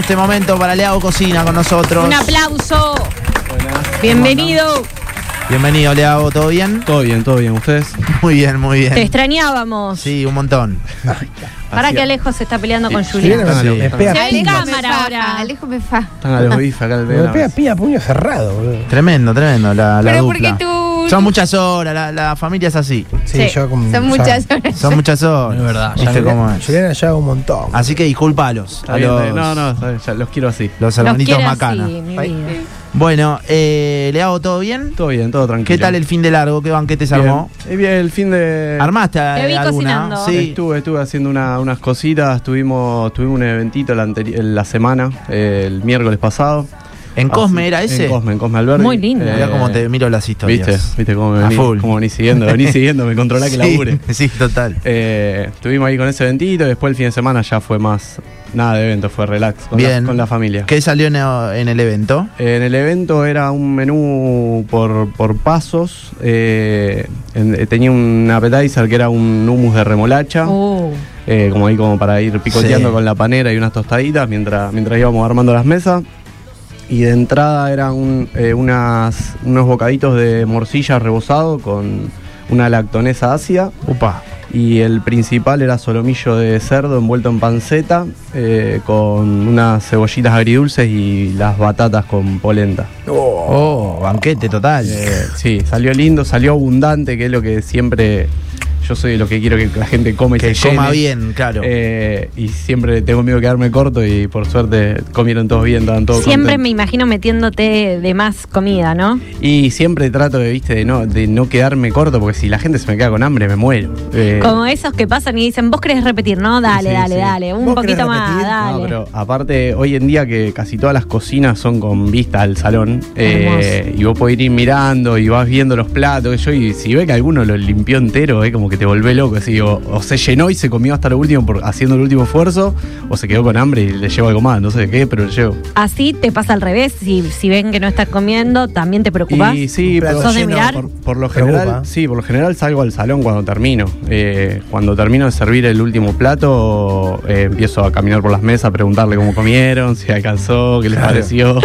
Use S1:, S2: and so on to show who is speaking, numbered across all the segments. S1: Este momento para Leao Cocina con nosotros.
S2: Un aplauso. Bienvenido.
S1: Bienvenido, Leao, ¿todo bien?
S3: Todo bien, todo bien. ¿Ustedes?
S1: Muy bien, muy
S2: Te
S1: bien.
S2: extrañábamos.
S1: Sí, un montón.
S2: Para que Alejo se está peleando con Julián.
S3: Están a los-
S1: Sí.
S4: Me pega
S2: Se ve en
S4: piña.
S2: cámara ahora.
S5: Alejo me fa.
S3: están a los bifes acá el
S4: Me pega
S3: verano.
S4: piña a puño cerrado, boludo.
S1: Tremendo, tremendo la, la
S5: Pero
S1: dupla.
S5: porque tú-
S1: Son muchas horas, la, la familia es así.
S4: Sí,
S2: Sí.
S4: yo como.
S5: Son muchas horas.
S1: Son muchas horas.
S6: Es verdad, ya
S1: ¿Viste cómo es?
S4: Juliana ya un montón.
S1: Así que discúlpalos
S3: Está
S1: a
S3: bien, está
S1: los,
S3: bien. No, no, está bien, ya los quiero así.
S1: los
S2: Los
S1: hermanitos
S2: quiero
S1: Macana.
S2: así, mi vida.
S1: Bueno, eh, Leao, ¿todo bien?
S3: Todo bien, todo tranquilo.
S1: ¿Qué tal el fin de largo? ¿Qué banquete se
S3: Bien.
S1: armó?
S3: Eh, bien, el fin de...
S1: ¿Armaste
S2: Te vi
S1: alguna?
S2: cocinando.
S1: Sí.
S3: Estuve, estuve haciendo una- unas cositas, tuvimos, tuvimos un eventito la, anteri- la semana, eh, el miércoles pasado.
S1: ¿En Cosme
S3: Así-
S1: era ese?
S3: Ah, En Cosme, en Cosme Alberdi.
S2: Muy lindo.
S1: Mirá cómo te miro las historias.
S3: Viste, viste cómo me
S1: A
S3: venís,
S1: full.
S3: cómo venís siguiendo, venís siguiendo, me controlá que
S1: Sí,
S3: labure.
S1: Sí, total.
S3: Eh, estuvimos ahí con ese eventito y después el fin de semana ya fue más, nada de evento, fue relax con,
S1: Bien.
S3: La, con la familia.
S1: ¿Qué salió en, en el evento?
S3: En el evento era un menú por, por pasos. eh, en- eh, tenía un appetizer que era un hummus de remolacha.
S2: Uh,
S3: eh, como ahí como para ir picoteando
S1: Sí.
S3: con la panera y unas tostaditas mientras, mientras íbamos armando las mesas. Y de entrada eran un- eh, unas, unos bocaditos de morcilla rebozado con una lactonesa ácida.
S1: Upa.
S3: Y el principal era solomillo de cerdo envuelto en panceta eh, con unas cebollitas agridulces y las batatas con polenta.
S1: Oh, banquete total.
S3: Eh, sí, salió lindo, salió abundante, que es lo que siempre yo soy de lo que quiero que la gente come y
S1: que
S3: se
S1: coma
S3: llene.
S1: bien, claro.
S3: Eh, y siempre tengo miedo de quedarme corto y por suerte comieron todos bien, estaban todos
S2: siempre me
S3: contentos.
S2: imagino metiéndote de más comida, ¿no?
S3: Y siempre trato de, viste, de no, de no quedarme corto, porque si la gente se me queda con hambre, me muero. Eh,
S2: Como esos que pasan y dicen, vos querés repetir, ¿no? Dale,
S3: Sí,
S2: dale,
S3: sí.
S2: dale. Un
S4: ¿Vos querés
S2: poquito más,
S4: repetir?
S2: dale.
S3: No, pero aparte, hoy en día que casi todas las cocinas son con vista al salón, eh, y vos podés ir mirando y vas viendo los platos, qué sé yo, y si ve que alguno lo limpió entero, eh, como que te volvé loco, así, o, o se llenó y se comió hasta lo último por, haciendo el último esfuerzo, o se quedó con hambre y le llevo algo más, no sé qué, pero le llevo.
S2: Así te pasa al revés. Si, si ven que no estás comiendo, también te preocupás.
S3: Y sí,
S4: Un plato
S3: pero
S2: ¿Sos de mirar?
S3: por, por lo
S4: Preocupa.
S3: general, sí, por lo general salgo al salón cuando termino. Eh, cuando termino de servir el último plato, eh, empiezo a caminar por las mesas, a preguntarle cómo comieron, si alcanzó, qué les pareció.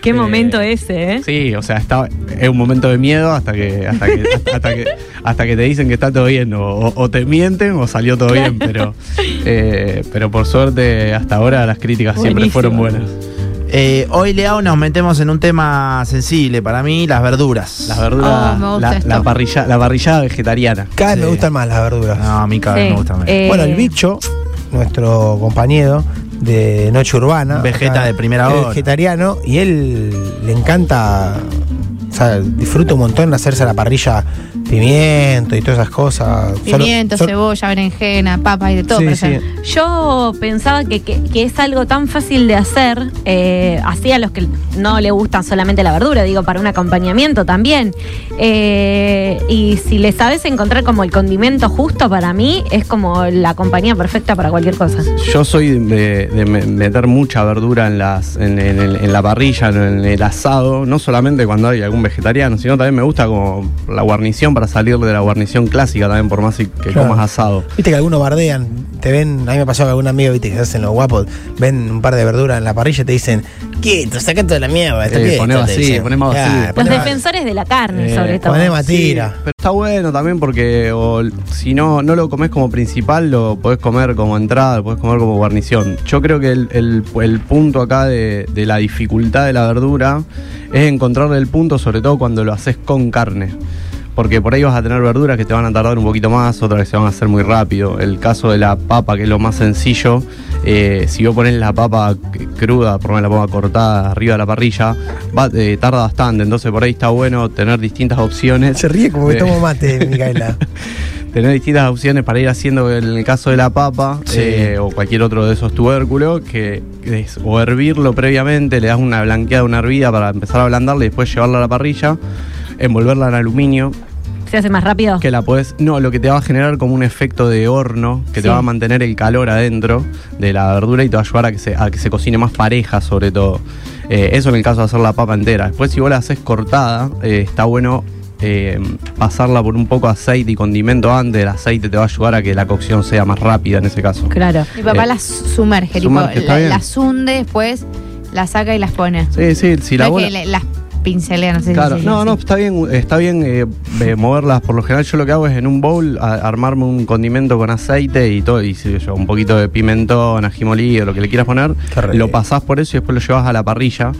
S2: Qué
S3: eh,
S2: momento ese, ¿eh?
S3: Sí, o sea, está, es un momento de miedo hasta que hasta que, hasta, hasta que hasta que te dicen que está todo bien o, o- o te mienten o salió todo bien, pero eh, pero por suerte hasta ahora las críticas siempre
S2: Buenísimo.
S3: fueron buenas.
S1: Eh, hoy, Leao, nos metemos en un tema sensible para mí, las verduras.
S3: Las verduras,
S5: Oh, me gusta
S3: la, la
S5: esto.
S3: parrilla, la parrillada vegetariana.
S4: Cada vez me gustan más las verduras.
S1: No, a mí cada vez
S2: Sí.
S1: me gusta menos.
S2: Eh,
S4: Bueno, el bicho, nuestro compañero de Noche Urbana.
S1: Vegeta de primera
S4: es
S1: hora.
S4: vegetariano y él le encanta. O sea, disfruta un montón hacerse a la parrilla pimiento y todas esas cosas.
S5: Pimiento,
S4: Solo- solo-
S5: cebolla, berenjena, papa y de todo.
S4: Sí,
S5: pero ya-
S4: sí.
S2: Yo pensaba que, que- que es algo tan fácil de hacer, eh, así a los que no le gustan solamente la verdura, digo, para un acompañamiento también. Eh, y si le sabes encontrar como el condimento justo para mí, es como la compañía perfecta para cualquier cosa.
S3: Yo soy de, de me- meter mucha verdura en, las, en, en el- en la parrilla, en, el- en el asado, no solamente cuando hay algún vegetariano, sino también me gusta como la guarnición para salir de la guarnición clásica también, por más que
S4: Claro.
S3: comas asado.
S4: Viste que algunos bardean, te ven, a mí me pasó que algún amigo, viste, que se hacen los guapos, ven un par de verduras en la parrilla y te dicen, quieto, saca toda la mierda, está
S3: Eh,
S4: quieto",
S3: poné
S4: te
S3: vacío,
S4: dicen.
S3: poné más
S4: Claro,
S3: vacío.
S2: Los
S4: poné más-
S2: defensores de la carne,
S3: Eh,
S2: sobre todo.
S4: Poné más tira.
S3: Pero está bueno también porque o l- si no, no lo comes como principal, lo podés comer como entrada, lo podés comer como guarnición. Yo creo que el, el- el punto acá de, de la dificultad de la verdura es encontrarle el punto, sobre todo cuando lo haces con carne. Porque por ahí vas a tener verduras que te van a tardar un poquito más, otras que se van a hacer muy rápido. El caso de la papa, que es lo más sencillo, eh, si vos pones la papa c- cruda, por lo menos la papa cortada arriba de la parrilla, va- eh, tarda bastante. Entonces por ahí está bueno tener distintas opciones
S4: Se ríe como que
S3: Eh.
S4: tomo mate, Micaela.
S3: tener distintas opciones para ir haciendo en el caso de la papa
S1: Sí.
S3: eh, o cualquier otro de esos tubérculos que es o hervirlo previamente, le das una blanqueada, una hervida para empezar a ablandarla y después llevarla a la parrilla, envolverla en aluminio,
S2: Se hace más rápido.
S3: que la podés, no, lo que te va a generar como un efecto de horno, que
S2: Sí.
S3: te va a mantener el calor adentro de la verdura y te va a ayudar a que se, a que se cocine más pareja sobre todo. Eh, eso en el caso de hacer la papa entera. Después si vos la haces cortada, eh, está bueno eh, pasarla por un poco aceite y condimento antes. El aceite te va a ayudar a que la cocción sea más rápida en ese caso.
S2: Claro.
S5: Mi papá
S3: Eh,
S5: las sumerge,
S3: sumerge,
S5: tipo,
S3: está
S5: la-
S3: bien.
S5: las hunde después, las saca y las pone.
S3: Sí, sí, si la
S5: No es
S3: bola...
S5: que le- las pincelea, no sé si
S3: Claro,
S5: se
S3: no,
S5: dice
S3: no,
S5: así.
S3: está bien, está bien eh, eh, moverlas. Por lo general yo lo que hago es en un bowl a- armarme un condimento con aceite y todo, y si yo, un poquito de pimentón, ají molido, lo que le quieras poner,
S4: Qué rico.
S3: lo pasás por eso y después lo llevas a la parrilla.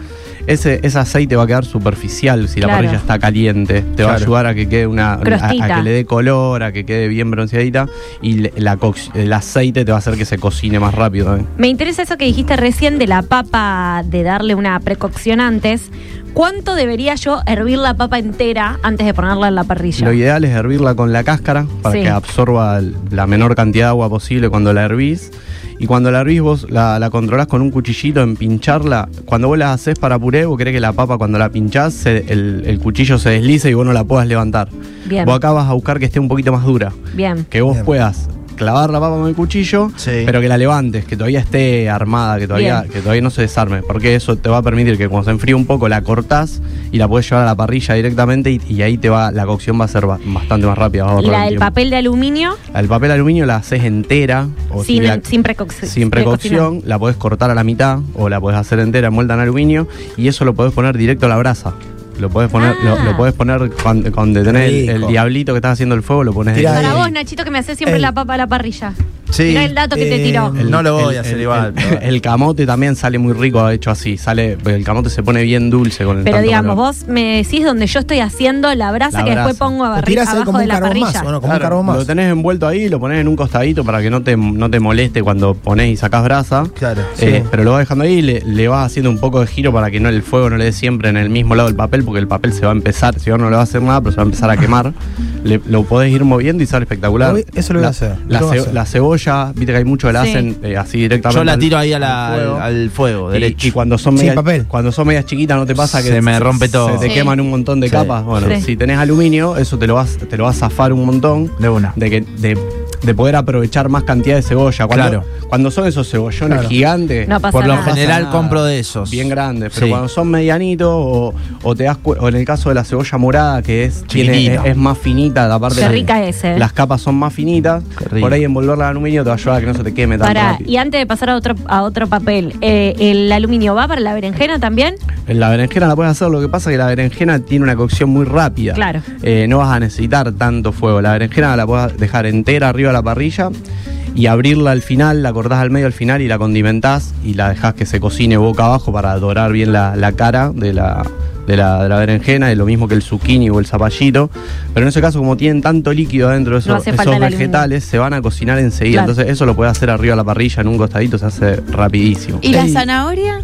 S3: Ese, ese aceite va a quedar superficial si
S2: Claro.
S3: la parrilla está caliente. Te va a
S4: Claro.
S3: ayudar a que quede una. a- A,
S2: Crostita.
S3: que le dé color, a que quede bien bronceadita. Y le- la co- el aceite te va a hacer que se cocine más rápido también.
S2: Me interesa eso que dijiste recién de la papa, de darle una precocción antes. ¿Cuánto debería yo hervir la papa entera antes de ponerla en la parrilla?
S3: Lo ideal es hervirla con la cáscara para
S2: Sí.
S3: que absorba el- la menor cantidad de agua posible cuando la hervís. Y cuando la hervís vos la, la controlás con un cuchillito en pincharla. Cuando vos la haces para puré, vos crees que la papa cuando la pinchás se- el, el cuchillo se desliza y vos no la puedas levantar.
S2: Bien.
S3: Vos acá vas a buscar que esté un poquito más dura.
S2: Bien.
S3: Que vos
S4: Bien.
S3: puedas clavar la papa con el cuchillo,
S1: Sí.
S3: pero que la levantes, que todavía esté armada, que todavía,
S2: Bien.
S3: que todavía no se desarme. Porque eso te va a permitir que cuando se enfríe un poco la cortás y la puedes llevar a la parrilla directamente y, y ahí te va, la cocción va a ser ba- bastante más rápida. vas a
S2: Y
S3: ahorrar
S2: la
S3: el
S2: del
S3: tiempo.
S2: papel de aluminio,
S3: La del papel aluminio la haces entera. o si
S2: sin,
S3: la-
S2: sin, precocción.
S3: sin precocción, la podés cortar a la mitad o la podés hacer entera envuelta en aluminio y eso lo podés poner directo a la brasa. Lo podés poner,
S2: Ah.
S3: lo, lo podés poner cuando, cuando tenés el, el
S4: Rico.
S3: diablito que estás haciendo el fuego, lo pones
S4: Tirá
S3: directo.
S2: Para
S4: Ahí.
S2: vos, Nachito, que me haces siempre
S4: Ey.
S2: la papa a la parrilla.
S1: Sí.
S2: Mirá el dato que te
S4: Eh,
S2: tiró.
S1: El- no lo voy a hacer igual,
S3: El,
S1: pero-
S3: el camote también sale muy rico, de hecho, así. sale El camote se pone bien dulce con el
S2: Pero
S3: tanto
S2: digamos,
S3: calor.
S2: vos me decís donde yo estoy haciendo la brasa
S3: La
S2: que después
S3: brasa.
S2: pongo a
S4: Lo
S2: barri-
S4: tirás ahí
S2: abajo
S4: como
S2: de
S4: un
S2: la
S4: carbón
S2: parrilla.
S4: más, bueno, como un
S3: Claro,
S4: carbón
S3: Lo
S4: más.
S3: tenés envuelto ahí, lo ponés en un costadito para que no te, no te moleste cuando ponés y sacás brasa.
S1: Claro.
S3: Eh, Pero lo vas dejando ahí y le, le vas haciendo un poco de giro para que no el fuego no le dé siempre en el mismo lado del papel, porque el papel se va a empezar, si vos no le vas a hacer nada, pero se va a empezar a quemar. Le- lo podés ir moviendo y sale espectacular.
S4: Lo vi- eso lo voy
S3: La-
S4: a hacer,
S3: La,
S4: lo voy a
S3: ce-
S4: hacer.
S3: la cebolla, viste que hay mucho que la
S2: Sí.
S3: hacen eh, así directamente.
S1: Yo la
S3: al-
S1: tiro ahí a la-
S3: al fuego.
S1: al, al fuego,
S3: Y-
S1: derecho.
S3: Y, cuando son
S4: Sin
S3: medias,
S4: papel.
S3: cuando son medias chiquitas no te pasa que
S1: Se me rompe todo.
S3: Se te
S5: Sí.
S3: queman un montón de
S1: Sí.
S3: capas. Bueno,
S2: Sí.
S3: si tenés aluminio, eso te lo vas te lo vas a zafar un montón
S1: De una.
S3: de que de, de poder aprovechar más cantidad de cebolla. Cuando,
S1: Claro.
S3: cuando son esos cebollones
S4: Claro.
S3: gigantes,
S2: No pasa
S1: Por lo
S2: nada.
S1: general
S3: nada.
S1: compro de esos.
S3: bien grandes, pero
S1: Sí.
S3: cuando son medianitos o, o te das cu- o en el caso de la cebolla morada que es tiene-
S1: Chiquitita.
S3: es, es más finita la parte
S2: Qué rica eh. ese.
S3: Las capas son más finitas,
S1: Qué rico.
S3: por ahí envolverla en aluminio te va a ayudar a que no se te queme tanto.
S2: Para,
S3: rápido.
S2: y antes de pasar a otro, a otro papel, eh, ¿el aluminio va para la berenjena también?
S3: La berenjena la puedes hacer, lo que pasa es que la berenjena tiene una cocción muy rápida.
S2: Claro.
S3: Eh, no vas a necesitar tanto fuego. La berenjena la puedes dejar entera arriba de la parrilla y abrirla al final, la cortás al medio al final y la condimentás y la dejás que se cocine boca abajo para dorar bien la, la cara de la, de, la, de la berenjena, es lo mismo que el zucchini o el zapallito. Pero en ese caso, como tienen tanto líquido adentro de
S2: No
S3: esos,
S2: hace
S3: esos
S2: falta el aluminio.
S3: vegetales, se van a cocinar enseguida.
S2: Claro.
S3: Entonces, eso lo puedes hacer arriba de la parrilla en un costadito, se hace rapidísimo.
S5: ¿Y la
S4: Ey.
S5: zanahoria?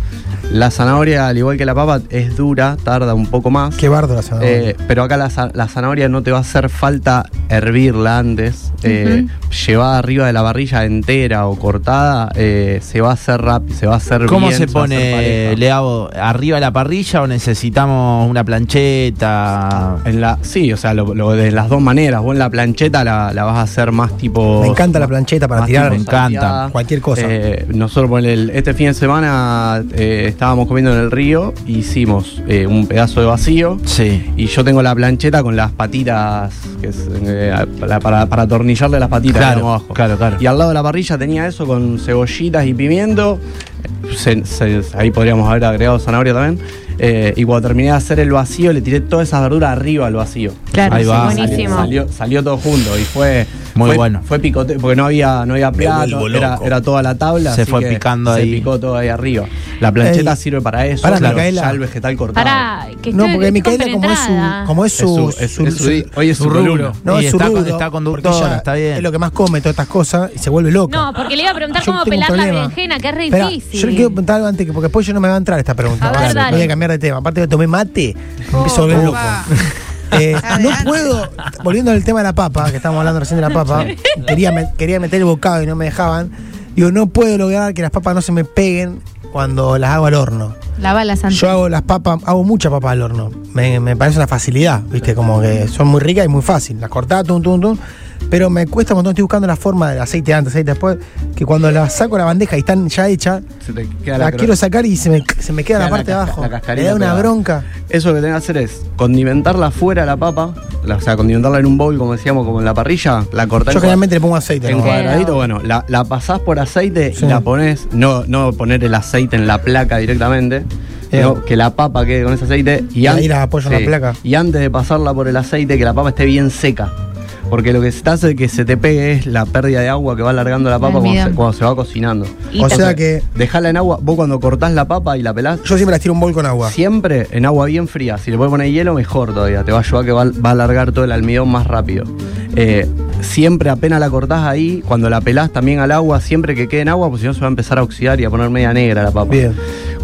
S3: La zanahoria, al igual que la papa, es dura, tarda un poco más.
S4: Qué bardo la zanahoria.
S3: Eh, pero acá la, za- la zanahoria no te va a hacer falta hervirla antes. Eh, Llevada arriba de la parrilla entera o cortada, eh, se va a hacer rápido, se va a hacer
S1: ¿Cómo
S3: bien,
S1: se
S3: va a hacer
S1: pone,
S3: pareja.
S1: Leao, arriba de la parrilla o necesitamos una plancheta?
S3: En la, sí, o sea, lo, lo de las dos maneras. Vos en la plancheta la, la vas a hacer más tipo.
S4: Me encanta la plancheta para
S3: más
S4: tirar
S3: tipo
S1: encanta.
S3: salteada.
S4: cualquier cosa.
S3: Eh, nosotros ponele, el- este fin de semana eh, estábamos comiendo en el río, hicimos eh, un pedazo de vacío.
S1: Sí.
S3: Y yo tengo la plancheta con las patitas, que es, eh, para, para- para atornillarle las patitas
S1: Claro,
S3: digamos, abajo.
S1: claro, claro.
S3: Y al lado de la parrilla tenía eso con cebollitas y pimiento. Se- se- ahí podríamos haber agregado zanahoria también. Eh, y cuando terminé de hacer el vacío, le tiré todas esas verduras arriba al vacío. Ah,
S2: Claro,
S1: Ahí sí, va.
S2: buenísimo.
S3: Salió, salió todo junto y fue.
S1: Muy
S3: fue-
S1: bueno.
S3: Fue picoteo, porque no había, no había plato,
S4: vuelvo
S3: era,
S4: loco.
S3: era toda la tabla.
S1: Se
S3: así
S1: fue
S3: que
S1: picando
S3: se
S1: ahí.
S3: picó todo ahí arriba. La plancheta
S4: Ey.
S3: sirve para eso.
S4: Pará,
S3: claro,
S4: Micaela.
S3: ya el vegetal cortado.
S2: Para, que
S4: no,
S2: estoy
S4: porque Micaela, como es
S2: desconcentrada.
S4: su. Como es su, su- su-
S3: hoy es su, rubro.
S4: no,
S1: Y
S4: es su
S1: está-
S4: rubro,
S1: está
S4: porque
S1: conductora,
S4: ella
S1: está bien.
S4: Es lo que más come todas estas cosas y se vuelve loca.
S2: No, porque le iba a preguntar
S4: Yo
S2: cómo
S4: tengo un
S2: pelar la
S4: problema.
S2: berenjena, que es re
S4: Esperá,
S2: difícil.
S4: yo le quiero preguntar algo antes, que- porque después yo no me va a entrar esta pregunta.
S5: A ver,
S4: Ahora,
S5: dale.
S4: Voy a cambiar de tema. Aparte, yo tomé mate, me empiezo a volver loco.
S5: Opa.
S4: Eh,
S5: Dale,
S4: no
S5: dale.
S4: puedo, volviendo al tema de la papa, que estábamos hablando recién de la papa, quería, me- quería meter el bocado y no me dejaban. Digo, no puedo lograr que las papas no se me peguen cuando las hago al horno.
S5: La bala santa.
S4: Yo hago las papas, hago muchas papas al horno. Me, me parece una facilidad, ¿viste? Como que son muy ricas y muy fácil. Las cortás, tum, tum, tum. Pero me cuesta cuando estoy buscando la forma del aceite antes, aceite después, que cuando las saco a la bandeja y están ya hechas,
S3: Se te queda
S4: las
S3: cro-
S4: quiero sacar y se me, se me queda
S3: Queda
S4: la parte
S3: la
S4: de
S3: casca-
S4: abajo.
S3: la
S4: Me
S3: cascarita
S4: da una
S3: pegada.
S4: bronca.
S3: Eso lo que tenés que hacer es condimentarla fuera la papa la- o sea, condimentarla en un bowl, como decíamos, como en la parrilla, la cortás
S4: Yo
S3: en cua-
S4: generalmente le pongo aceite.
S3: en
S4: ¿no?
S2: cuadro.
S3: cuadradito, bueno, la, la pasás por aceite
S4: Sí.
S3: y la pones, no, no poner el aceite en la placa directamente,
S4: Eh.
S3: sino que la papa quede con ese aceite y,
S4: Y
S3: an-
S4: ahí la apoyo en la placa.
S3: Y antes de pasarla por el aceite, que la papa esté bien seca. Porque lo que se te hace que se te pegue es la pérdida de agua que va alargando la papa cuando se,
S5: almidón.
S3: cuando se va cocinando.
S2: Y
S4: O
S2: te-
S4: sea que
S3: Dejala en agua, vos cuando cortás la papa y la pelás,
S4: yo siempre las tiro un bol con agua.
S3: Siempre en agua bien fría. Si le puedes poner hielo, mejor todavía. Te va a ayudar que va, va a alargar todo el almidón más rápido. Eh, siempre apenas la cortás ahí, cuando la pelás también al agua, siempre que quede en agua, pues si no se va a empezar a oxidar y a poner media negra la papa.
S4: Bien.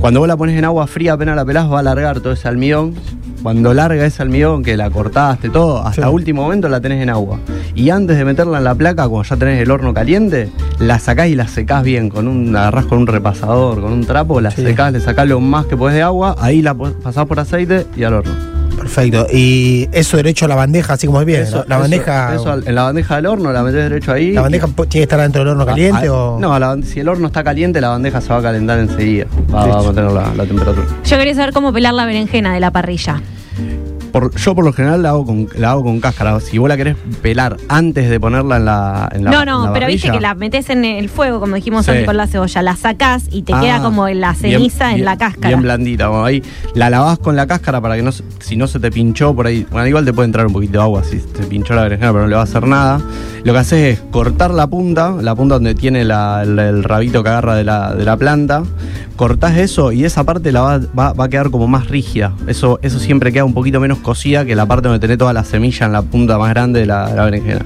S3: Cuando vos la pones en agua fría, apenas la pelás, va a alargar todo ese almidón. Cuando larga ese almidón, que la cortaste, todo, hasta
S4: Sí.
S3: último momento la tenés en agua. Y antes de meterla en la placa, cuando ya tenés el horno caliente, la sacás y la secás bien. Con un, la agarrás con un repasador, con un trapo, la
S4: Sí.
S3: secás, le sacás lo más que podés de agua, ahí la po- pasás por aceite y al horno.
S4: Perfecto. Y eso derecho a la bandeja, así como es bien. ¿no? La
S3: eso-
S4: bandeja.
S3: eso al- en la bandeja del horno la metés derecho ahí.
S4: ¿La bandeja po- tiene que estar dentro del horno
S3: A-
S4: caliente
S3: a-
S4: o.?
S3: Ah, No, la ban- si el horno está caliente, la bandeja se va a calentar enseguida. Va, va a mantener la- la temperatura.
S2: yo quería saber cómo pelar la berenjena de la parrilla.
S3: Por- yo por lo general la hago con la hago con cáscara. Si vos la querés pelar antes de ponerla en la en la-
S2: no,
S3: en
S2: no,
S3: la
S2: pero viste
S3: parrilla.
S2: que la metes en el fuego, como dijimos
S3: Sí.
S2: antes con la cebolla, la sacás y te
S3: Ah,
S2: queda como en la
S3: bien-
S2: ceniza en
S3: bien-
S2: la cáscara.
S3: Bien blandita, como ahí la lavás con la cáscara para que no se- si no se te pinchó por ahí, bueno, igual te puede entrar un poquito de agua si te pinchó la berenjena, pero no le va a hacer nada. Lo que haces es cortar la punta, la punta donde tiene la- el, el rabito que agarra de la, de la planta, cortás eso y esa parte la va, va- va a quedar como más rígida. Eso eso siempre queda un poquito menos cocida que la parte donde tenés toda la semilla en la punta más grande de la, de la berenjena.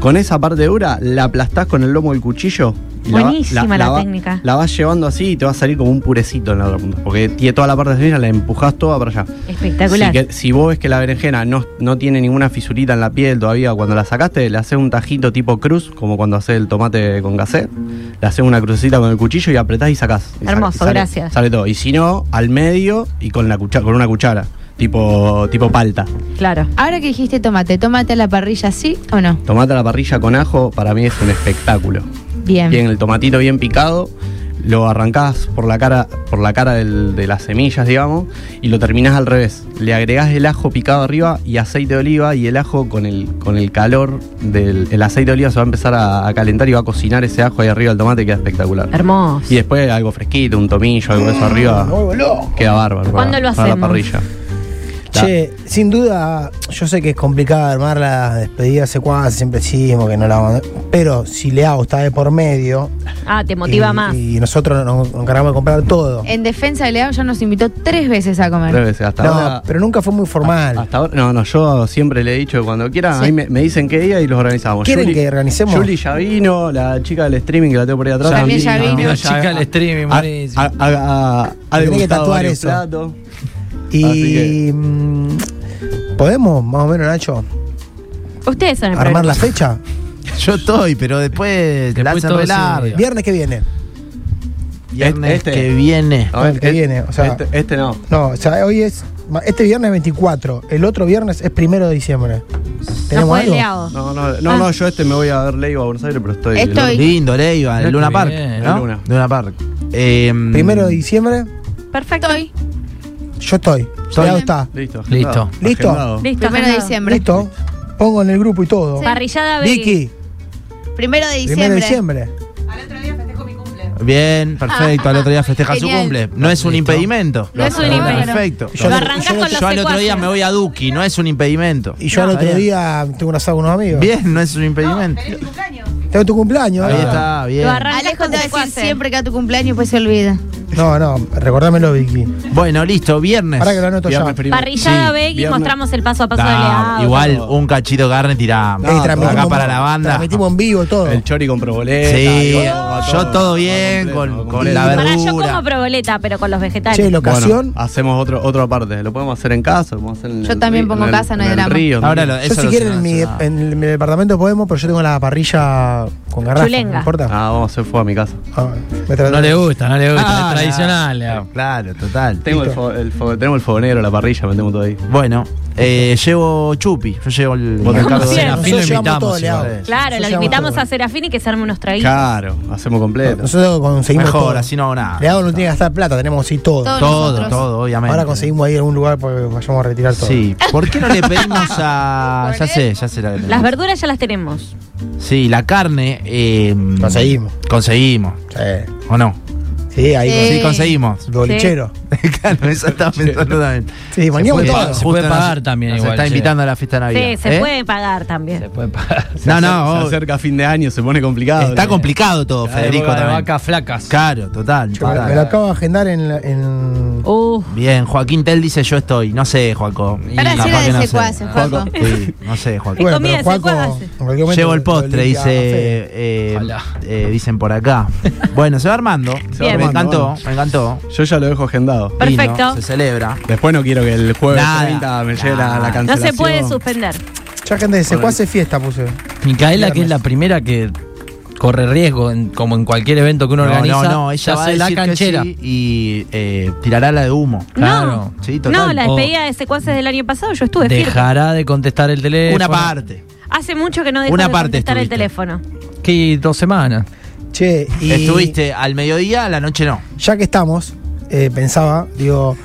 S3: Con esa parte dura la aplastás con el lomo del cuchillo. y va-
S2: Buenísima la
S3: va-
S2: técnica.
S3: la vas llevando así y te va a salir como un purecito en la otra punta. Porque tiene toda la parte de semilla, la empujás toda para allá.
S2: Espectacular.
S3: Si, que- si vos ves que la berenjena no, no tiene ninguna fisurita en la piel todavía, cuando la sacaste, le haces un tajito tipo cruz, como cuando haces el tomate con gasé. Le haces una crucecita con el cuchillo y apretás y sacás. Y sa-
S2: Hermoso,
S3: y sale-
S2: gracias.
S3: Sale todo. Y si no, al medio y con, la cucha- con una cuchara, tipo, tipo palta.
S2: Claro.
S5: Ahora que dijiste tomate, ¿tomate a la parrilla sí o no?
S3: Tomate a la parrilla con ajo, para mí es un espectáculo.
S5: Bien.
S3: Bien, el tomatito bien picado, lo arrancás por la cara, por la cara del- de las semillas, digamos, y lo terminás al revés. Le agregás el ajo picado arriba y aceite de oliva y el ajo con el, con el calor del el aceite de oliva se va a empezar a, a calentar y va a cocinar ese ajo ahí arriba del tomate, queda espectacular.
S2: Hermoso.
S3: Y después algo fresquito, un tomillo, algo de eso arriba,
S4: Me vuelvo loco.
S3: queda bárbaro. para-
S2: ¿Cuándo lo
S3: para la
S2: hacemos?
S3: parrilla.
S4: Che, sin duda, yo sé que es complicado armar la despedida secuaz, siempre decimos que no la vamos a- Pero si le hago está de por medio.
S2: Ah, te motiva
S4: y,
S2: más. Eh,
S4: Y nosotros nos encargamos de comprar todo.
S5: En defensa de Leao ya nos invitó tres veces a comer.
S3: Tres veces, hasta
S4: no,
S3: ahora-
S4: pero nunca fue muy formal.
S3: Hasta ahora, no, no, yo siempre le he dicho que cuando quieran,
S5: Sí.
S3: ahí me, me dicen qué día y los organizamos.
S4: ¿Quieren que organicemos?
S3: Julie ya vino, la chica del streaming que la tengo por ahí atrás.
S5: También ya vino.
S1: ah,
S6: La chica al streaming,
S3: Ha,
S6: buenísimo.
S3: ha- ha- ha- ah, ha
S4: Tenés que
S3: degustado
S4: tatuar
S3: varios
S4: eso.
S3: platos. así
S4: y.
S3: que-
S4: mm, ¿Podemos, más o menos, Nacho,
S2: Ustedes son el
S4: armar la
S2: programa.
S4: fecha?
S1: ah, Yo estoy, pero después,
S6: Después
S1: lanzan
S6: todo
S1: re
S6: se-
S1: larga.
S4: Viernes que viene.
S1: Viernes
S3: Este-
S1: que viene.
S4: No, el que viene, o sea-
S3: este, este no.
S4: No, o sea, hoy es. Este viernes es 24, el otro viernes es primero de diciembre.
S2: No
S4: ¿Tenemos
S2: puede Leao.
S4: algo?
S3: No, no, no,
S2: Ah.
S3: no, yo este me voy a ver Leiva a Buenos Aires, pero estoy.
S5: Estoy.
S1: Lindo, Leiva,
S6: Mirá
S1: el Luna
S6: qué
S1: Park.
S6: bien,
S1: ¿no?
S3: el Luna.
S1: Park. Eh,
S4: Primero de diciembre,
S2: Perfecto.
S5: Estoy.
S4: yo estoy.
S1: Estoy.
S4: Leao está.
S3: Listo.
S6: Listo.
S3: agendado.
S4: Listo.
S3: Agendado.
S2: Listo.
S5: Primero de
S2: agendado.
S5: diciembre.
S4: Listo. Pongo en el grupo y todo.
S5: Sí.
S2: Parrillada veggie.
S4: Vicky,
S5: Primero de diciembre.
S4: primero de diciembre.
S1: Bien,
S2: Ah.
S1: perfecto. Al otro día festeja su
S5: Genial.
S1: cumple. No es un
S6: Listo.
S1: impedimento.
S2: No es un
S5: Bueno.
S2: impedimento.
S1: Perfecto.
S4: Yo
S2: Lo
S4: no-
S2: arrancás
S4: yo no-
S2: con los
S1: Yo al otro día
S2: secuaces.
S1: me voy a Duki, no es un impedimento.
S4: Y yo al
S1: No,
S4: otro
S1: está bien.
S4: día tengo un asado con unos amigos.
S1: Bien, no es un impedimento.
S4: Tengo tu cumpleaños.
S1: Ahí
S4: ¿eh?
S1: está, bien.
S2: Lo arran-
S5: Alejo te va a decir
S2: Secuaces.
S5: siempre que a tu cumpleaños pues se olvida.
S4: No, no, recordámelo, Vicky.
S1: Bueno, listo, viernes.
S4: Para que lo anoto
S3: Viernes
S4: ya.
S3: primero.
S2: Parrillada
S1: Sí,
S2: veggie.
S3: viernes.
S2: Mostramos el paso a paso de
S1: Da,
S2: Leao.
S1: igual un cachito de carne tiramos.
S4: Ahí
S3: No,
S4: transmitimos-
S1: acá para la banda.
S4: Transmitimos en vivo todo.
S3: El chori con proboleta.
S1: Sí,
S3: digo, va
S1: yo todo bien,
S3: va
S1: con-
S3: va
S1: con
S3: completo.
S1: la verdad.
S2: Pará, yo
S1: verdura.
S2: como proboleta, pero con los vegetales.
S4: Che,
S3: Bueno,
S4: locación.
S3: hacemos otro, otra parte. Lo podemos hacer en casa. lo podemos hacer en
S5: Yo
S3: el
S5: también
S3: río-
S5: pongo
S3: en
S5: casa, no hay
S3: en el
S5: drama.
S3: río,
S1: Ahora lo-
S4: yo
S1: eso
S4: si
S1: lo
S4: quieren en mi,
S1: solucionamos.
S4: en el- mi departamento podemos, pero yo tengo la parrilla papa con garrafa.
S2: Chulenga.
S4: ¿No importa?
S3: Ah, vamos, se fue a mi casa.
S4: Ah, me tra-
S6: No le gusta, no le gusta.
S1: Ah,
S6: es tradicional.
S1: claro,
S6: la-
S1: Claro, total.
S3: Tengo el, fo- el fo- tenemos el fogonero, la parrilla, metemos todo ahí.
S1: Bueno, eh, llevo chupi. Yo llevo el.
S3: Vos te
S1: el
S3: encargo
S1: cargo de-
S2: siempre.
S6: Serafín lo
S4: Nosotros llevamos
S6: invitamos.
S4: todo,
S6: igual.
S4: Leao.
S2: Claro,
S4: Eso
S2: lo
S4: se llama
S2: invitamos
S4: todo.
S2: a Serafín y que se arme unos traguitos.
S3: Claro, hacemos completo.
S4: Nosotros conseguimos.
S1: Mejor,
S4: todo.
S1: así no hago nada.
S4: Leao no tiene que gastar plata, tenemos así todo.
S5: Todo.
S1: Todo,
S5: Nosotros.
S1: todo, obviamente.
S4: Ahora conseguimos ahí algún lugar para que vayamos a retirar todo.
S1: Sí. ¿Por qué no le pedimos a. ya
S5: Poner-
S1: sé, ya sé la que tenemos.
S2: Las verduras ya las tenemos.
S1: Sí, la carne. eh,
S4: Conseguimos.
S1: Conseguimos,
S4: Sí,
S1: ¿o no?
S4: Sí, ahí
S5: Sí.
S4: con-
S1: Sí, conseguimos.
S4: Bolichero.
S1: claro, eso estaba pensando también.
S4: Sí, bañamos
S6: puede
S4: todo.
S6: Se puede pagar también
S1: Se
S6: igual,
S1: está
S6: sí.
S1: invitando a la fiesta de Navidad.
S2: Sí, se
S1: ¿eh?
S2: puede pagar también.
S6: Se puede pagar.
S3: Se
S1: No,
S3: acer-
S1: no,
S3: Se
S1: obvio.
S3: acerca fin de año, se pone complicado.
S1: Está
S3: Sí.
S1: complicado todo,
S6: La
S1: Federico
S6: época de
S1: también.
S6: vacas flacas.
S1: Claro, total.
S4: Yo me-
S1: total.
S4: me lo acabo de agendar en. la- en-
S2: Uh,
S1: Bien, Joaquín Tell dice yo estoy. No sé, Joaco.
S5: Ahora sí
S1: Capaz
S5: era de
S1: que no sé.
S5: secuaces, Joaco.
S1: Sí, no sé, Joaco.
S2: Bueno, comida de secuaces.
S4: en cualquier momento
S1: Llevo el
S4: lo- lo
S1: postre,
S4: limpia
S1: dice,
S4: Fede.
S1: eh,
S6: Ojalá.
S1: eh, dicen por acá. Bueno, se va armando.
S3: Se va
S1: Me
S3: armando,
S1: encantó,
S3: vamos.
S1: me encantó.
S3: Yo ya lo dejo agendado.
S2: Perfecto.
S1: Lindo, se celebra.
S3: Después no quiero que el jueves
S1: Nada.
S3: 30 me llegue la, la
S1: No se
S3: cancelación.
S2: no se puede suspender.
S4: Ya gente de secuaces fiesta puse.
S6: Micaela, que es
S4: Viernes.
S6: la primera que corre riesgo, en- como en cualquier evento que uno
S1: No,
S6: organiza,
S1: no, no,
S6: ya
S1: ella va a
S6: se la
S1: decir que
S6: canchera.
S1: sí y eh, tirará la de humo.
S6: Claro.
S1: Sí, total.
S2: No, la
S6: O-
S2: despedida de secuaces del año pasado yo estuve firme.
S6: Dejará de contestar el teléfono.
S1: Una parte.
S2: Hace mucho que no dejo
S1: Una
S2: de
S1: parte
S2: contestar el
S1: estuviste.
S2: teléfono.
S6: Que dos semanas.
S4: Che, y
S1: Estuviste al mediodía, a la noche no.
S4: ya que estamos, eh, pensaba, digo,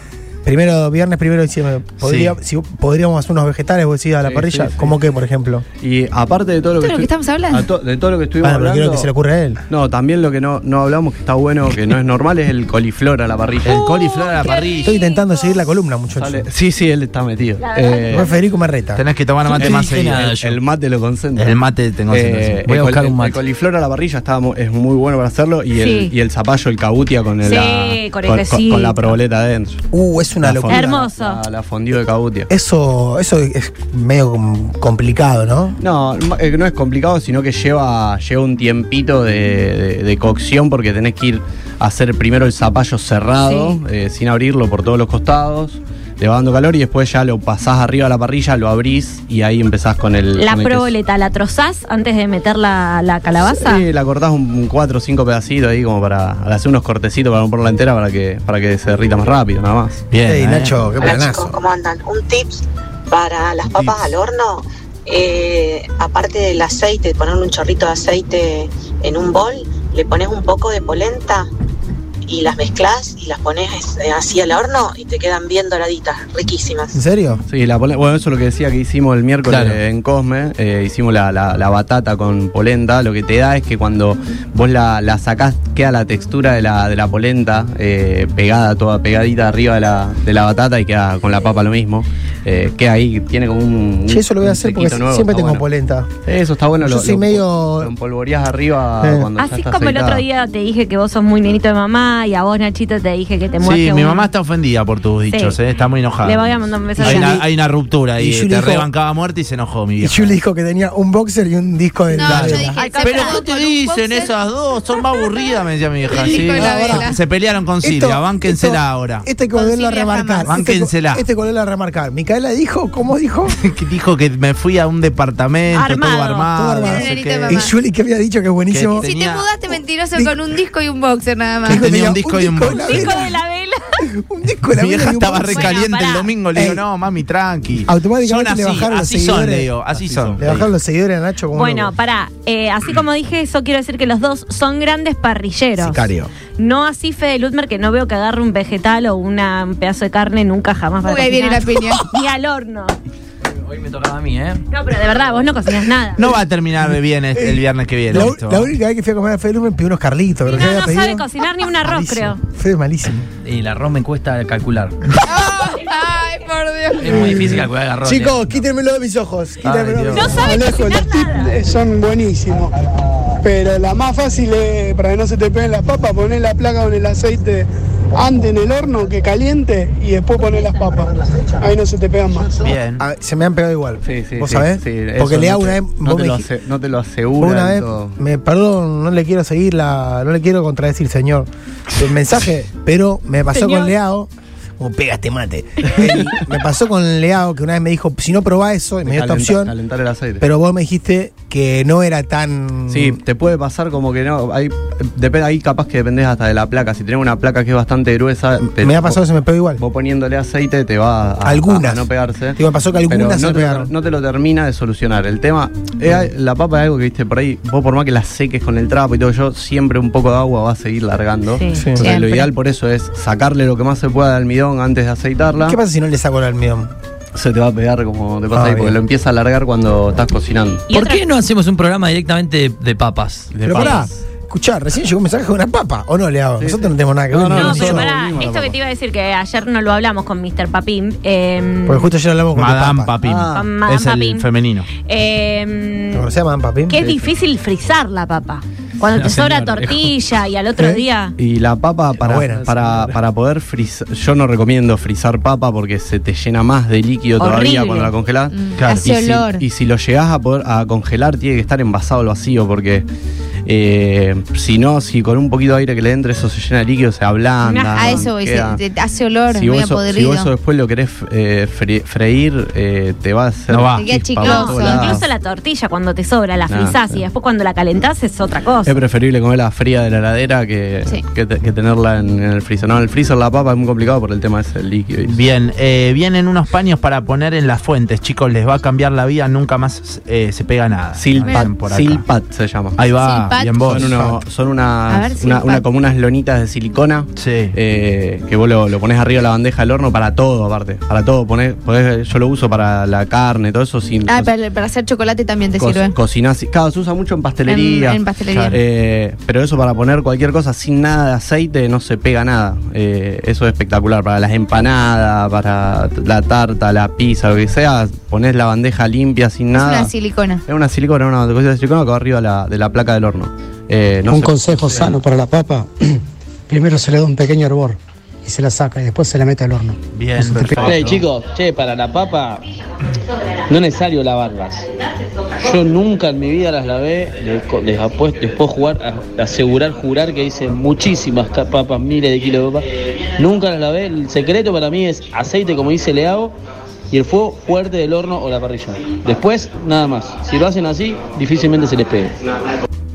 S4: primero viernes, primero de diciembre, podría- si podríamos hacer unos vegetales, vos decís, a la
S3: Sí,
S4: parrilla,
S3: sí, sí.
S4: ¿cómo qué, por ejemplo?
S3: Y aparte de todo lo que,
S5: Todo lo
S3: estu-
S5: que estamos hablando.
S3: a to- de todo lo que estuvimos
S4: Bueno, pero
S3: hablando.
S4: quiero que se le ocurra a él.
S3: No, también lo que no, no hablamos que está bueno, que no es normal, es el coliflor a la parrilla.
S1: El coliflor
S2: Uh,
S1: a la parrilla.
S4: Estoy intentando seguir la columna, muchachos.
S3: Sale- Sí, sí, él está metido. Eh,
S4: Fue Federico Marreta.
S1: Tenés que tomar
S6: No
S1: mate
S6: te
S1: más
S6: dije
S1: seguido.
S6: nada.
S3: el, el mate lo concentra.
S1: El mate tengo
S3: Eh,
S1: concentración.
S6: Voy a
S3: el col-
S6: buscar un
S3: el-
S6: mate.
S3: El coliflor a la parrilla está, mu- es muy bueno para hacerlo. Y,
S2: Sí.
S3: el, y el zapallo, el cabutia con, el,
S2: Sí,
S3: la,
S2: con
S3: con,
S2: el
S3: con- con la
S2: quesito.
S3: proboleta adentro.
S4: Uh, es una
S3: La
S4: locura.
S3: fondue.
S2: Hermoso.
S3: La, la fondue de cabutia.
S4: Eso, eso es medio com- complicado, ¿no?
S3: No, ma- eh, no es complicado, sino que lleva, lleva un tiempito de, de- de cocción porque tenés que ir a hacer primero el zapallo cerrado,
S2: Sí.
S3: eh, sin abrirlo por todos los costados, le va dando calor y después ya lo pasás arriba a la parrilla, lo abrís y ahí empezás con el...
S2: La
S3: con el queso.
S2: proboleta, ¿la trozás antes de meter la, la calabaza?
S3: Sí, la cortás un 4 o 5 pedacitos ahí como para, para hacer unos cortecitos para no ponerla entera para que, para que se derrita más rápido, nada más.
S1: Bien.
S4: Ey,
S1: eh.
S4: Nacho, qué
S7: Hola chicos,
S4: planazo.
S7: ¿cómo andan? Un tips para las papas al horno, eh, aparte del aceite, ponerle un chorrito de aceite en un bol, le pones un poco de polenta y las mezclas y las pones eh, así al horno y te quedan bien doraditas, riquísimas.
S4: ¿En serio?
S3: Sí, la polen- bueno, eso es lo que decía que hicimos el miércoles
S1: Claro.
S3: en Cosme, eh, hicimos la, la- la batata con polenta, lo que te da es que cuando vos la, la sacás queda la textura de la, de la polenta eh, pegada, toda pegadita arriba de la, de la batata y queda con la papa lo mismo, eh, queda ahí, tiene como un...
S4: Che, eso lo voy a
S3: un
S4: hacer porque
S3: sequito nuevo,
S4: siempre
S3: está
S4: tengo
S3: bueno.
S4: polenta.
S3: Eso está bueno,
S4: Yo
S3: lo,
S4: soy
S3: lo-
S4: medio-
S3: lo empolvoreás arriba
S4: Eh.
S3: cuando ya
S2: Así
S3: está
S2: como el otro
S3: aceitada.
S2: día te dije que vos sos muy nenito de mamá y a vos, Nachito, te dije que te mueres.
S4: este
S1: Sí, mi mamá está ofendida por tus dichos, eh, está muy enojada.
S2: Le voy a mandar un beso a
S1: Hay
S2: mi
S1: una,
S2: mamá.
S1: hay una ruptura
S4: Y
S1: y,
S4: Juli
S1: te
S4: dijo-
S1: rebancaba a muerte y se enojó mi
S4: Y
S1: vieja.
S4: Juli dijo que tenía un boxer y un disco de.
S5: No,
S4: la-
S5: yo
S4: de la-
S5: dije,
S1: Pero
S5: separado
S1: ¿qué te
S5: con un
S1: dicen
S5: boxer.
S1: esas dos? Son más aburridas, me decía mi vieja.
S5: Hijo
S1: Sí,
S5: de la
S1: ahora
S5: vela.
S1: se pelearon con
S4: Esto-
S1: Silvia,
S4: esto-
S1: bánquensela ahora.
S4: Este hay que volverlo a
S5: Concilia
S4: remarcar.
S1: jamás.
S4: Este,
S1: Bánquensela.
S4: este hay que volverlo a remarcar. Micaela dijo, ¿cómo dijo?
S1: Que dijo que me fui a un departamento todo
S2: Armado.
S1: armado.
S4: Todo
S1: no
S4: armado.
S1: sé
S5: Nenita
S1: qué.
S5: de
S4: Y
S5: mamá.
S4: Juli que había dicho que es buenísimo.
S1: Que
S5: Si te
S1: Tenía-
S5: mudaste mentiroso
S4: Di-
S5: con un disco y un boxer nada más.
S4: Dijo que
S1: Tenía un disco y un
S4: de la
S1: boxer.
S2: Hijo
S4: vela.
S2: de la vela.
S4: Un disco de la
S1: Mi
S4: vela
S1: vieja
S4: y un
S1: estaba
S4: boxer.
S2: Bueno,
S1: recaliente el
S2: pará.
S1: domingo, le digo,
S4: Ey.
S1: no, mami, tranqui.
S4: Automáticamente
S1: Son
S4: le
S1: así,
S4: bajaron los
S1: así son,
S4: seguidores.
S1: le digo, así,
S3: Así
S1: son.
S3: son.
S4: Le bajaron los seguidores a Nacho como
S2: Bueno,
S4: loco.
S2: pará, eh, así como dije eso, quiero decir que los dos son grandes parrilleros.
S4: Sicario.
S2: No así Fede Lutmer, que no veo que agarre un vegetal o una- un pedazo de carne nunca jamás para
S5: Uy, ahí viene
S2: cocinar.
S5: la piña.
S2: Ni al horno.
S6: Hoy me tocaba a mí, ¿eh?
S2: No, pero de verdad, vos no cocinas nada.
S1: No va a terminar bien el, el viernes que viene.
S4: La,
S1: esto.
S4: la única vez que fui a comer a Fede me pidió unos carlitos.
S2: no,
S4: pero ¿qué había
S2: no sabe
S4: pedido?
S2: cocinar ni un arroz, creo.
S4: Malísimo. Fede malísimo.
S6: Y el arroz me cuesta calcular.
S5: Ay, por Dios.
S6: Es muy difícil calcular ¿eh? el arroz.
S4: Chicos, quítenmelo de mis ojos. Quítenmelo de mis
S2: No
S4: ojos.
S2: sabe cocinar nada.
S8: Eh, son buenísimos. Pero la más fácil es, para que no se te peguen las papas, poner la placa con el aceite antes en el horno que caliente y después poner las papas. Ahí no se te pegan más.
S1: Bien.
S4: A ver, se me han pegado igual.
S3: Ah, Sí, sí,
S4: ¿Vos
S3: sí,
S4: sabés?
S3: sí,
S4: Porque
S3: eso
S4: le
S3: no
S4: hago una
S3: te-
S4: vez.
S3: No
S4: vos
S3: te,
S4: me
S3: lo,
S4: dij-
S3: ace- no te lo
S4: Vos
S3: asegura.
S4: una vez,
S3: todo.
S4: me, perdón, no le quiero seguir la. No le quiero contradecir, señor, el mensaje, pero me pasó
S2: Señor.
S4: con Leao como pega este mate. Y me pasó con Leao, que una vez me dijo, si no probá eso, y me dio esta
S3: Calenta-
S4: opción,
S3: Calentar el aceite.
S4: pero vos me dijiste que no era tan...
S3: Sí, te puede pasar como que no. Ahí, depende, ahí capaz que dependés hasta de la placa. Si tenés una placa que es bastante gruesa, te-
S4: me ha pasado,
S3: vos,
S4: se me pegó igual.
S3: vos poniéndole aceite te va a, a-
S4: Algunas.
S3: a no pegarse.
S4: Digo, me pasó que
S3: Pero
S4: algunas se
S3: no
S4: me
S3: te,
S4: pegaron.
S3: no te lo termina de solucionar. El tema, eh, la papa es algo que viste por ahí, vos por más que la seques con el trapo y todo, yo siempre un poco de agua va a seguir largando.
S2: Sí,
S4: Sí.
S3: Entonces, lo
S2: siempre.
S3: ideal por eso es sacarle lo que más se pueda de almidón antes de aceitarla.
S4: ¿Qué pasa si no le saco el almidón?
S3: Se te va a pegar como te pasa
S4: Ah,
S3: ahí, porque
S4: bien.
S3: lo empieza a alargar cuando estás cocinando.
S2: Y
S6: ¿Por
S2: otra-
S6: qué no hacemos un programa directamente de, de papas?
S4: Pero pará, escuchá, recién llegó un mensaje de una papa, ¿o no, Leao? Nosotros no tenemos nada que
S3: No,
S4: ver.
S3: no,
S2: No,
S3: nosotros
S2: pero pará,
S3: volvimos a la
S2: esto que
S3: papa.
S2: te iba a decir que ayer no lo hablamos con Mr. Papín. eh,
S4: Porque justo ayer hablamos con tu
S1: Madame
S4: papa.
S1: Papín.
S3: Ah,
S2: Madame
S1: es el
S2: Papín.
S1: femenino.
S2: eh,
S4: ¿Te conocés a Madame Papín?
S2: que es difícil frizar la papa. Cuando
S6: No,
S2: te sobra
S6: señor,
S2: tortilla y al otro
S4: ¿Eh?
S2: día.
S3: Y la papa para,
S4: buena,
S3: para, para poder frizar, yo no recomiendo frizar papa porque se te llena más de líquido
S2: Horrible.
S3: todavía cuando la congelás.
S5: Claro.
S3: Y,
S5: Mm. Hace
S3: si,
S5: olor.
S3: y si lo llegás a poder a congelar, tiene que estar envasado al vacío porque eh, si no, si con un poquito de aire que le entre eso se llena de líquido, se ablanda.
S5: A Ah, eso, voy, se-
S3: queda-
S5: te- te hace olor,
S3: si,
S5: muy
S3: vos eso, si
S5: apodrido.
S3: vos eso después lo querés eh, fre- freír, eh, te va a hacer
S1: No va.
S5: Te queda
S3: chispa
S5: chicloso.
S3: por todos lados.
S2: Incluso la tortilla cuando te sobra, la
S3: No,
S2: frizás
S3: sí.
S2: y después cuando la calentás es otra
S4: Eh,
S2: cosa.
S3: Es preferible comerla fría de la heladera que,
S5: Sí.
S3: que, te- que tenerla en, en el freezer. No, en el freezer la papa es muy complicado por el tema de ese líquido. y-
S1: Bien, eh, vienen unos paños para poner en las fuentes, chicos, les va a cambiar la vida, nunca más eh, se pega nada.
S3: Silpat,
S1: Dicen por acá.
S3: silpat se llama.
S1: Ahí va,
S5: Silpat.
S1: bien vos.
S3: Son, uno- son
S5: A
S3: unas,
S5: ver,
S3: una,
S5: silpat.
S3: una- como unas lonitas de silicona
S1: Sí.
S3: eh, que vos lo, lo pones arriba de la bandeja del horno para todo, aparte. Para todo. Ponés, podés- yo lo uso para la carne, todo eso. Sin,
S5: Ah, para, para hacer chocolate también te
S3: co-
S5: sirve.
S3: cocinás- Claro, se usa mucho en pastelería.
S5: En- en pastelería.
S3: Claro. Eh, pero eso para poner cualquier cosa sin nada de aceite no se pega nada. Eh, eso es espectacular. Para las empanadas, para la tarta, la pizza, lo que sea, pones la bandeja limpia sin
S5: Es
S3: nada.
S5: una silicona.
S3: Es una silicona, una cosita de silicona que va arriba de la, de la placa del horno. Eh, no
S9: un
S3: sé.
S9: consejo sano para la papa, primero se le da un pequeño hervor y se la saca y después se la mete al horno.
S1: Bien, perfecto.
S10: Hey, chicos, che, para la papa no es necesario lavarlas. Yo nunca en mi vida las lavé, les, co- les apuesto, les puedo jugar, a- asegurar, jurar que hice muchísimas ca- papas, miles de kilos de papas. Nunca las lavé, el secreto para mí es aceite como dice Leao y el fuego fuerte del horno o la parrilla. Después, nada más. Si lo hacen así, difícilmente se les pegue.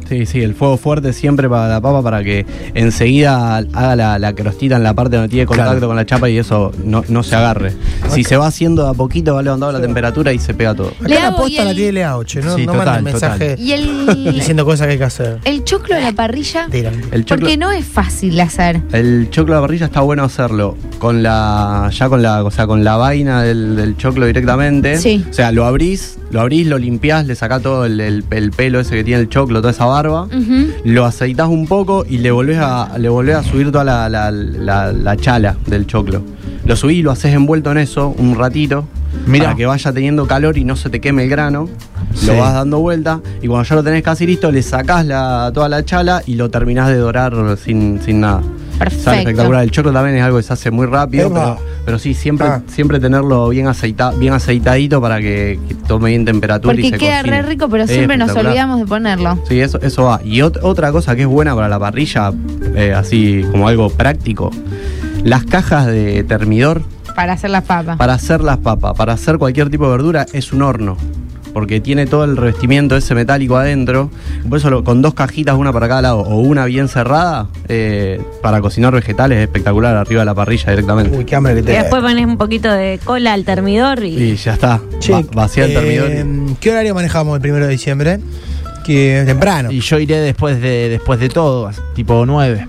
S3: Sí, sí, el fuego fuerte siempre para la papa para que enseguida haga la, la crostita en la parte donde tiene contacto
S1: Claro.
S3: con la chapa y eso no, no se agarre. Si se va haciendo de a poquito, va levantando la temperatura y se pega todo.
S4: Acá
S5: Leao
S4: la posta
S5: y
S4: la
S5: el-
S4: tiene Leao, che, no,
S1: Sí,
S4: no
S1: total,
S4: manda el
S1: total.
S4: mensaje
S5: Y el,
S4: diciendo cosas que hay que hacer.
S5: el choclo a la parrilla,
S4: Tiran.
S3: El choclo,
S5: porque no es fácil de hacer.
S3: el choclo a la parrilla está bueno hacerlo con la ya con la, o sea, con la vaina del, del choclo directamente.
S5: Sí.
S3: O sea, lo abrís, lo abrís, lo limpiás, le sacás todo el, el- el pelo ese que tiene el choclo, toda esa barba.
S5: Ujú.
S3: Lo aceitas un poco y le volvés a, le volvés a subir toda la, la- la- la chala del choclo. Lo subís y lo haces envuelto en eso un ratito.
S1: Mirá.
S3: Para que vaya teniendo calor y no se te queme el grano.
S1: Sí.
S3: Lo vas dando vuelta. Y cuando ya lo tenés casi listo, le sacás la, toda la chala y lo terminás de dorar sin, sin nada.
S5: Perfecto.
S3: Sale espectacular. El choclo también es algo que se hace muy rápido.
S4: Epa.
S3: Pero, pero sí, siempre,
S4: Ah.
S3: siempre tenerlo bien, aceita, bien aceitadito para que, que tome bien temperatura. y
S5: Porque
S3: se
S5: queda
S3: cocine.
S5: re rico, pero
S3: Es
S5: siempre nos
S3: espectacular.
S5: olvidamos de ponerlo.
S3: Sí, eso, eso va. Y ot- otra cosa que es buena para la parrilla, eh, así como algo práctico, las cajas de termidor
S5: Para hacer las papas.
S3: para hacer las papas, para hacer cualquier tipo de verdura, es un horno. Porque tiene todo el revestimiento ese metálico adentro. Por eso lo- con dos cajitas, una para cada lado, o una bien cerrada, eh, para cocinar vegetales es espectacular arriba de la parrilla directamente.
S4: Uy, qué hambre que
S2: Y
S4: te
S2: después pones un poquito de cola al termidor y.
S3: Y ya está.
S4: Che,
S3: Va- vacía el
S4: eh,
S3: termidor. y-
S4: ¿Qué horario manejamos el primero de diciembre? Que temprano.
S1: Y yo iré después de después de todo, tipo 9.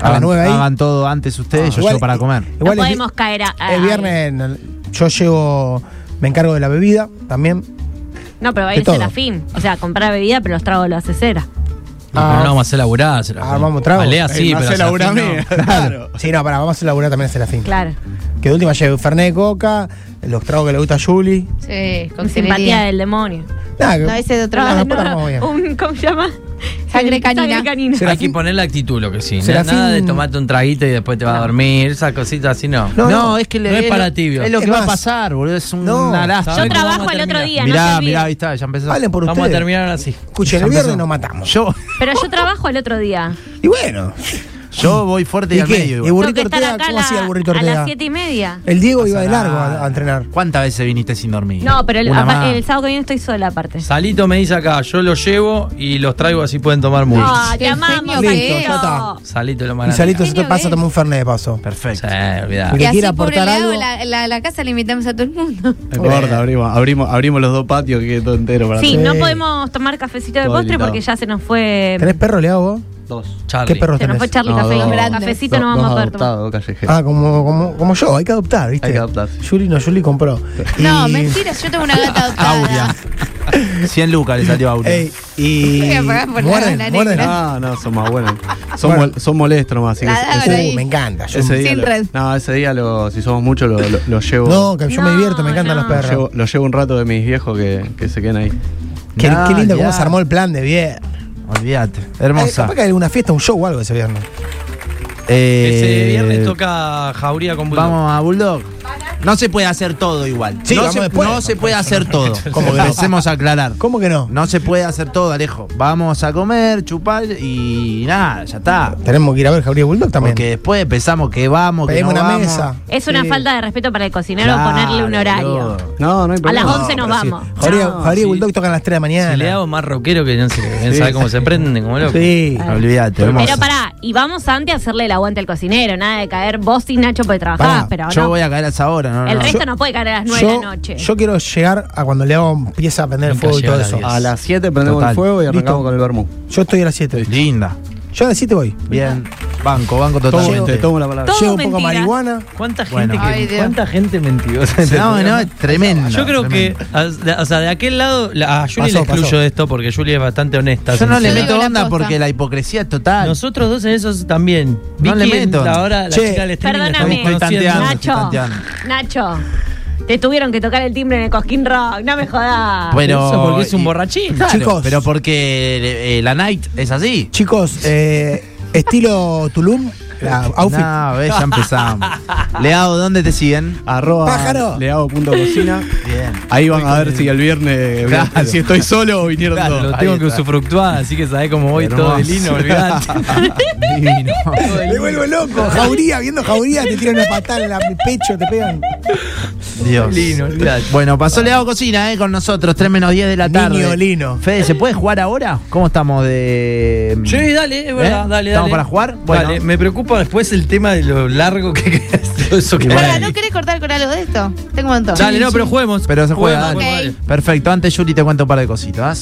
S4: A las nueve ahí. Ah.
S1: Hagan todo antes ustedes, yo
S4: Igual- eh,
S1: llego para comer.
S4: igual
S2: no
S4: es-
S2: podemos caer a, a-
S4: El viernes en el- yo llego, me encargo de la bebida también.
S2: No, pero va a
S4: de
S2: irse
S4: todo.
S2: la fin. O sea, comprar bebida, pero los tragos lo hace cera.
S4: Ah.
S6: pero no vamos a hacer laburar. se la-
S4: Armamos tragos.
S6: Alea
S4: Eh,
S6: sí,
S4: no
S6: pero
S4: hace
S6: se la fin no.
S4: Claro. Sí, no, para, vamos a elaborar también hacia la fin.
S2: Claro.
S4: Que de última lleve Fernet de Coca, los tragos que le gusta a Julie.
S5: Sí,
S2: Con
S5: celeridad.
S2: simpatía del demonio.
S4: Nada, que-
S5: No, ese de otro
S4: Ah, No,
S5: lado.
S4: después la armamos bien.
S2: un, ¿Cómo se llama?
S5: Sangre canina.
S6: Hay
S4: Serafín-
S6: que poner la actitud, lo que sí. Na-
S4: Serafín-
S6: Nada de tomarte un traguito y después te vas a dormir. Esas cositas así no.
S1: No,
S4: No, no,
S1: es que le-
S6: no es
S1: lo-
S6: para tibio.
S1: Es lo que
S4: Es
S1: va
S4: más,
S1: a pasar, boludo. Es un
S4: no.
S1: harazo.
S2: Yo
S6: ¿Sabe cómo
S2: trabajo
S6: vamos a
S2: el otro
S6: terminar?
S2: día, no
S1: Mirá,
S2: se olviden.
S1: mirá, ahí está, ya empezó.
S4: Hablen por
S6: Vamos a
S4: ustedes.
S6: terminar así.
S4: Escuchen,
S1: Ya
S4: el viernes
S1: empezó.
S4: nos matamos.
S1: Yo,
S2: Pero yo trabajo el otro día.
S4: Y bueno,
S1: Yo voy fuerte y,
S4: ¿Y
S1: al
S4: qué?
S1: medio.
S4: ¿Y
S1: igual.
S4: burrito
S2: Tengo que estar
S4: Ortega?
S2: acá
S4: ¿Cómo
S2: a la-
S4: hacía el burrito
S2: A
S4: Ortega?
S2: las siete y media.
S4: El Diego iba de
S1: Pasa
S4: largo a,
S1: nada.
S4: a entrenar.
S1: ¿Cuántas veces viniste sin dormir?
S2: No, pero el,
S1: Una
S2: apa-
S1: más.
S2: el sábado que viene estoy sola aparte.
S6: Salito me dice acá, yo lo llevo y los traigo así pueden tomar mucho.
S2: Ah, te
S5: Qué
S2: amamos,
S5: genio
S4: que
S2: Salito.
S4: es. Ya está.
S6: Salito lo
S4: Y
S6: mandan.
S4: Salito se te
S5: Genio
S4: pasa a
S5: gay.
S4: tomar un fernet de paso.
S1: Perfecto.
S6: Sí, olvidá.
S4: Que
S5: Y así
S4: quiera
S5: por el
S4: aportar
S5: lado
S4: algo.
S5: la, la, la casa la invitamos a todo el mundo.
S3: No importa, abrimos, abrimos, abrimos los dos patios que quede todo entero para
S2: Sí,
S4: Sí.
S2: no podemos tomar cafecito de
S3: Todo
S2: postre
S3: habilitado.
S2: porque ya se nos fue.
S4: ¿Tenés perro, Leao, vos?
S6: Dos.
S4: ¿Qué
S6: Charlie.
S4: perros
S2: Se nos
S4: tenés?
S2: fue Charlie
S3: No,
S2: Café.
S3: dos-
S2: Cafecito no
S3: dos-
S2: vamos a
S3: dos
S2: poder tomar.
S3: adoptados, callejero.
S4: Ah, como, como, como yo, hay que adoptar, ¿viste?
S3: Hay que adoptar, sí.
S4: Yuri no, Yuri compró.
S5: No,
S4: Y-
S5: mentiras, yo tengo una gata adoptada.
S1: 100 lucas le salió a Aurea.
S4: Ey, y.
S5: Voy a pagar por la
S4: Muerden,
S5: bananera.
S4: muerden.
S3: Ah, no, son más buenos. Son, mol- son molestos nomás, así que
S5: La
S3: ese-
S5: da
S3: ese-
S5: por ahí.
S4: Uh, me encanta. yo-
S3: ese día
S5: Sin
S3: lo-
S5: red.
S3: no, ese día lo- si somos muchos lo, lo- lo llevo.
S4: no, que yo me
S2: No,
S4: divierto, me encantan
S2: no.
S4: los
S3: lo llevo,
S4: perros.
S3: lo llevo un rato de mis viejos que, que se queden ahí.
S4: Qué,
S1: Nah,
S4: qué lindo
S1: ya.
S4: cómo se armó el plan de bien.
S1: Olvídate.
S4: Eh,
S1: Hermosa.
S4: capaz que hay alguna fiesta, un show o algo ese viernes.
S1: Eh,
S6: Ese viernes toca Jauría con Bulldog.
S1: Vamos a Bulldog. No se puede hacer todo igual.
S4: Sí,
S1: no
S4: vamos
S1: se,
S4: después.
S1: no se puede hacer todo.
S4: ¿Cómo que no?
S1: Empecemos a aclarar.
S4: ¿Cómo que no?
S1: No se puede hacer todo, Alejo. Vamos a comer, chupar y nada, ya está.
S4: Tenemos que ir a ver Javier Bulldog también.
S1: Porque después empezamos que vamos, que
S4: Pedimos
S1: no
S4: una
S1: vamos.
S4: mesa.
S2: Es una falta de respeto para el cocinero
S1: Claro,
S2: ponerle un horario.
S1: boludo.
S3: No, no hay
S2: A las
S3: problema.
S2: 11 nos vamos.
S4: Javier
S6: No,
S4: Javier
S6: sí.
S4: Bulldog toca a las 3 de la mañana.
S6: Si le hago más rockero que no sé, ven, sabe cómo se prenden, como loco.
S4: sí.
S1: Olvídate,
S2: Pero
S1: hermosa.
S2: pará, y vamos antes a hacerle el aguante al cocinero, nada de caer vos y Nacho porque trabajás,
S4: Pará,
S2: pero
S1: Yo
S2: no.
S1: voy a caer a esa hora, no,
S2: el
S1: no.
S2: resto no puede caer a las 9 de
S4: yo,
S2: la noche.
S4: yo quiero llegar a cuando le hago empieza a prender el
S6: Nunca
S4: fuego y todo
S6: llega a las
S4: eso.
S6: diez.
S3: A las 7 prendemos
S1: Total.
S3: el fuego y arrancamos
S4: Listo.
S3: con el vermú.
S4: Yo estoy a las 7.
S1: Linda.
S4: Yo a las 7 voy.
S1: Bien. Banco, banco
S3: Tomo- Te
S1: totalmente.
S3: tomo la palabra.
S2: Todo
S4: Llevo un poco de
S2: mentira.
S4: marihuana.
S6: ¿Cuánta
S1: Bueno.
S6: gente, que-
S5: Ay, Dios.
S6: ¿cuánta gente mentirosa?
S1: No, Ah, no, es tremendo.
S6: Yo creo que, a- o sea, de aquel lado, la- a Julie
S4: Pasó,
S6: la excluyo
S4: pasó.
S6: de esto porque Julie es bastante honesta.
S1: Yo no le
S6: sincera.
S5: Yo
S1: meto
S5: digo la
S1: onda
S5: posta.
S1: porque la hipocresía es total.
S6: Nosotros dos en esos también.
S1: No
S6: Vicky,
S1: le meto.
S6: en- Ahora la
S4: Che,
S6: chica del streaming la
S2: Perdóname,
S6: estamos
S1: Estoy
S6: conociendo.
S1: tanteando.
S2: Nacho,
S1: tanteando.
S2: Nacho, te tuvieron que tocar el timbre en el Cosquín Rock, no me jodas.
S1: Pero,
S6: Eso porque es un
S1: y-
S6: borrachín.
S1: Claro,
S4: Chicos.
S1: Pero porque eh, la night es así.
S4: Chicos, eh, estilo Tulum, la outfit.
S1: No, ves, ya empezamos. Leado, ¿dónde te siguen?
S3: Arroba
S4: Pájaro.
S3: leao.cocina.
S1: Bien.
S3: Ahí van a ver si el viernes,
S1: Claro.
S3: si estoy solo o vinieron
S1: Claro,
S3: todos.
S6: Lo
S1: Ahí
S6: tengo que
S1: está.
S6: usufructuar, así que sabés cómo voy
S1: Hermoso.
S6: todo de lino, olvidate.
S1: Divino.
S4: Me vuelvo loco. Jauría, viendo jauría, te tiran una patada en la- el pecho, te pegan.
S1: Dios.
S6: Lino, olvidate.
S1: Bueno, pasó Leado Cocina, eh, con nosotros, 3 menos 10 de la tarde.
S4: Niño Lino.
S1: Fede, ¿se puede jugar ahora? ¿Cómo estamos de...? mm?
S6: Sí, dale, es verdad,
S1: ¿Eh?
S6: dale,
S1: ¿Estamos
S6: dale.
S1: para jugar? Bueno.
S6: Dale, me preocupa después el tema de lo largo que es todo eso que
S1: Igual.
S5: Ahora,
S1: Bueno.
S5: ¿no querés cortar con algo de esto? Tengo un montón.
S6: Dale, no, pero juguemos.
S1: Pero se juega,
S6: Juguemos,
S5: dale.
S6: dale.
S1: Perfecto, antes Juli te cuento un par de cositas.